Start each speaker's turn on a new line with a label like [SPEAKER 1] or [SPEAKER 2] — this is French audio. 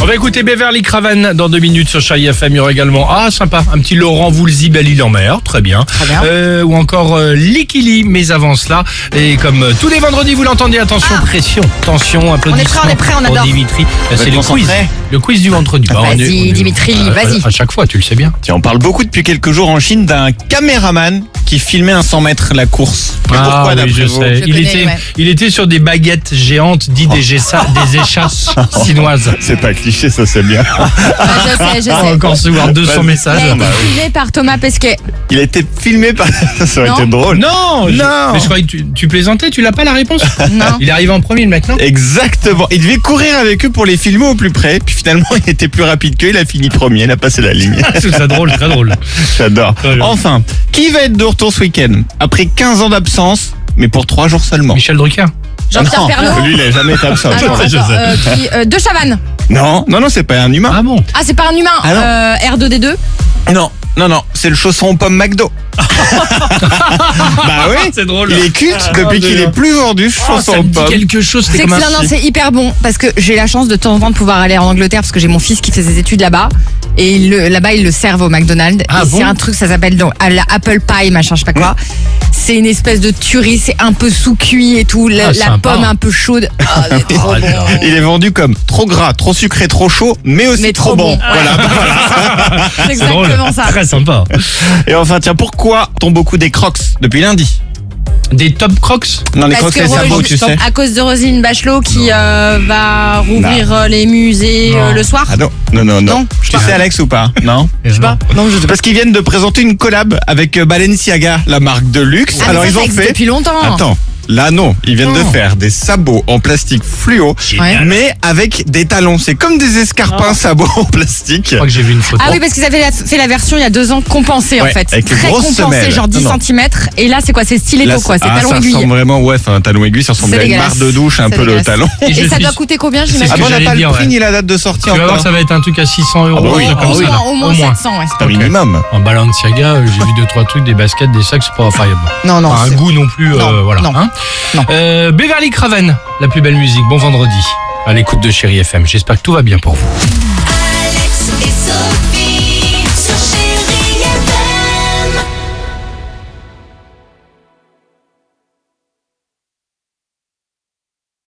[SPEAKER 1] On va écouter Beverly Cravan dans deux minutes sur Chai FM. Il y aura également, ah sympa, un petit Laurent Voulzy, Belle Île en Mer, très bien.
[SPEAKER 2] Très bien.
[SPEAKER 1] Euh, ou encore euh, Likili, mais avant cela, et comme euh, tous les vendredis, vous l'entendez, attention, pression, tension, applaudissements.
[SPEAKER 2] Ah. on est prêt, on adore.
[SPEAKER 1] Pour Dimitri, Euh, c'est le quiz,
[SPEAKER 3] concentré.
[SPEAKER 1] le quiz du vendredi. Bah, on est-
[SPEAKER 2] Vas-y,
[SPEAKER 1] on est-
[SPEAKER 2] Dimitri,
[SPEAKER 1] euh,
[SPEAKER 2] vas-y.
[SPEAKER 1] À chaque fois, tu le sais bien.
[SPEAKER 3] Tiens, on parle beaucoup depuis quelques jours en Chine d'un caméraman qui filmait un 100 mètres la course. Mais
[SPEAKER 1] Ah,
[SPEAKER 3] pourquoi
[SPEAKER 1] oui,
[SPEAKER 3] d'après
[SPEAKER 1] je
[SPEAKER 3] vous
[SPEAKER 1] sais.
[SPEAKER 2] Je
[SPEAKER 1] il,
[SPEAKER 2] connais,
[SPEAKER 1] était,
[SPEAKER 2] ouais.
[SPEAKER 1] il était sur des baguettes géantes, dit
[SPEAKER 3] Oh.
[SPEAKER 1] des, gessa- des échasses chinoises.
[SPEAKER 3] C'est pas cliché, ça c'est bien.
[SPEAKER 2] Ah, je sais, je
[SPEAKER 1] Ah,
[SPEAKER 2] sais.
[SPEAKER 1] encore se voir 200
[SPEAKER 3] Vas-y.
[SPEAKER 2] Il
[SPEAKER 1] messages.
[SPEAKER 2] a
[SPEAKER 3] bah
[SPEAKER 2] été filmé par Thomas Pesquet.
[SPEAKER 3] Il a été filmé par... Ça aurait
[SPEAKER 2] Non.
[SPEAKER 3] été drôle.
[SPEAKER 1] Non, je-
[SPEAKER 3] Non.
[SPEAKER 1] mais je croyais que tu, tu plaisantais, tu l'as pas la réponse
[SPEAKER 2] Non.
[SPEAKER 1] Il arrive en premier maintenant
[SPEAKER 3] Exactement. Il devait courir avec eux pour les filmer au plus près. Puis finalement, il était plus rapide qu'eux. Il a fini premier. Il a passé la ligne.
[SPEAKER 1] Je trouve ça drôle, très drôle.
[SPEAKER 3] J'adore.
[SPEAKER 1] Très bien.
[SPEAKER 3] Enfin, qui va être de retour ce week-end Après 15 ans d'absence, mais pour 3 jours seulement. Ah
[SPEAKER 1] Michel Drucker
[SPEAKER 3] Hein
[SPEAKER 2] Jean-Pierre
[SPEAKER 3] Non,
[SPEAKER 2] Pernaut.
[SPEAKER 3] Lui, il a jamais été absent. je
[SPEAKER 2] Attends,
[SPEAKER 3] pense.
[SPEAKER 1] je
[SPEAKER 2] attends,
[SPEAKER 1] sais.
[SPEAKER 2] euh, qui- euh, de Chavannes.
[SPEAKER 3] Non, non, non, c'est pas un humain.
[SPEAKER 1] Ah bon
[SPEAKER 2] Ah, c'est pas un humain.
[SPEAKER 3] Ah non.
[SPEAKER 2] Euh, R2D2.
[SPEAKER 3] Non, non, non, c'est le chausson aux pommes McDo. bah oui,
[SPEAKER 1] C'est drôle.
[SPEAKER 3] il est culte
[SPEAKER 1] Ah,
[SPEAKER 3] depuis qu'il
[SPEAKER 1] déjà.
[SPEAKER 3] est plus vendu,
[SPEAKER 1] Oh,
[SPEAKER 3] chausson
[SPEAKER 1] ça
[SPEAKER 3] aux
[SPEAKER 1] me dit
[SPEAKER 3] pommes.
[SPEAKER 1] quelque chose,
[SPEAKER 2] C'est
[SPEAKER 1] c'est comme un...
[SPEAKER 2] excellent, non, c'est hyper bon parce que j'ai la chance de temps en temps de pouvoir aller en Angleterre parce que j'ai mon fils qui fait ses études là-bas et il le- là-bas ils le servent au McDonald's.
[SPEAKER 1] Ah
[SPEAKER 2] Et
[SPEAKER 1] bon
[SPEAKER 2] c'est un truc, ça s'appelle donc à la Apple Pie, machin, je sais pas quoi. C'est une espèce de tuerie, c'est un peu sous cuit et tout, la,
[SPEAKER 1] Ah,
[SPEAKER 2] la
[SPEAKER 1] sympa.
[SPEAKER 2] pomme un peu chaude. Ah, c'est trop
[SPEAKER 1] Ah,
[SPEAKER 2] bon.
[SPEAKER 1] non.
[SPEAKER 3] Il est vendu comme trop gras, trop sucré, trop chaud, mais aussi
[SPEAKER 2] Mais trop bon.
[SPEAKER 3] Voilà.
[SPEAKER 2] C'est
[SPEAKER 1] C'est drôle.
[SPEAKER 2] exactement ça.
[SPEAKER 1] Très sympa.
[SPEAKER 3] Et enfin, tiens, pourquoi tombe beaucoup des crocs depuis lundi
[SPEAKER 1] Des top crocs
[SPEAKER 3] Non, les
[SPEAKER 2] Parce
[SPEAKER 3] crocs,
[SPEAKER 2] que
[SPEAKER 3] c'est
[SPEAKER 2] Roselyne-
[SPEAKER 3] cerveau, tu sais.
[SPEAKER 2] à cause de Roselyne Bachelot qui euh, va rouvrir euh, les musées euh,
[SPEAKER 1] Non.
[SPEAKER 2] le soir.
[SPEAKER 3] Ah non, non, non, non.
[SPEAKER 2] Non, je
[SPEAKER 3] tu sais, Alex, ou pas Non
[SPEAKER 1] Je sais
[SPEAKER 2] pas.
[SPEAKER 3] Non, je sais Parce qu'ils viennent de présenter une collab avec euh, Balenciaga, la marque de luxe.
[SPEAKER 2] Ah, mais
[SPEAKER 3] Alors,
[SPEAKER 2] ça,
[SPEAKER 3] ils
[SPEAKER 2] ça
[SPEAKER 3] ont
[SPEAKER 2] existe
[SPEAKER 3] fait.
[SPEAKER 2] depuis longtemps.
[SPEAKER 3] Attends, là non, ils viennent de
[SPEAKER 2] Non.
[SPEAKER 3] faire des sabots en plastique fluo,
[SPEAKER 2] Ouais.
[SPEAKER 3] mais avec des talons. C'est comme des escarpins sabots en plastique.
[SPEAKER 1] Je crois que j'ai vu une photo.
[SPEAKER 2] Ah oui, parce qu'ils avaient la- fait la version il y a deux ans compensée en
[SPEAKER 3] Ouais,
[SPEAKER 2] fait.
[SPEAKER 3] avec les
[SPEAKER 2] Très
[SPEAKER 3] grosses
[SPEAKER 2] compensée,
[SPEAKER 3] semelles.
[SPEAKER 2] genre 10
[SPEAKER 3] Non, non.
[SPEAKER 2] cm. Et là, c'est quoi C'est stiletto,
[SPEAKER 3] Là,
[SPEAKER 2] quoi. C'est
[SPEAKER 3] ah,
[SPEAKER 2] talon
[SPEAKER 3] ça
[SPEAKER 2] aiguille.
[SPEAKER 3] ressemble vraiment, ouais, enfin, un talon aiguille, ça ressemble
[SPEAKER 2] C'est
[SPEAKER 3] à une
[SPEAKER 2] dégueulasse.
[SPEAKER 3] barre de douche, un
[SPEAKER 2] C'est
[SPEAKER 3] peu le
[SPEAKER 2] dégueulasse.
[SPEAKER 3] talon.
[SPEAKER 1] Et
[SPEAKER 2] Et,
[SPEAKER 1] je
[SPEAKER 2] ça
[SPEAKER 1] suis-
[SPEAKER 2] doit coûter combien,
[SPEAKER 1] C'est ce
[SPEAKER 2] j'imagine
[SPEAKER 1] que
[SPEAKER 3] on n'a
[SPEAKER 1] j'allais
[SPEAKER 3] pas
[SPEAKER 1] dire,
[SPEAKER 3] le prix
[SPEAKER 1] ouais.
[SPEAKER 3] ni la date de sortie
[SPEAKER 1] Tu vas voir,
[SPEAKER 3] encore.
[SPEAKER 1] ça va être un truc à 600 euros.
[SPEAKER 3] Ah bah oui,
[SPEAKER 1] un truc
[SPEAKER 3] ah
[SPEAKER 1] comme
[SPEAKER 2] au,
[SPEAKER 3] oui,
[SPEAKER 1] ça,
[SPEAKER 2] moins,
[SPEAKER 1] là.
[SPEAKER 2] au moins 700, ouais.
[SPEAKER 3] Un minimum.
[SPEAKER 1] En Balenciaga, euh, j'ai vu deux trois trucs, des baskets, des sacs, c'est pas enfin, y a pas
[SPEAKER 2] Non, non.
[SPEAKER 1] un
[SPEAKER 2] c'est-
[SPEAKER 1] goût non plus. euh,
[SPEAKER 2] Non,
[SPEAKER 1] voilà.
[SPEAKER 2] non,
[SPEAKER 1] hein.
[SPEAKER 2] non.
[SPEAKER 1] Euh, Beverly Craven, la plus belle musique. Bon vendredi à l'écoute de Chéri FM. J'espère que tout va bien pour vous.
[SPEAKER 4] Alex et Sophie.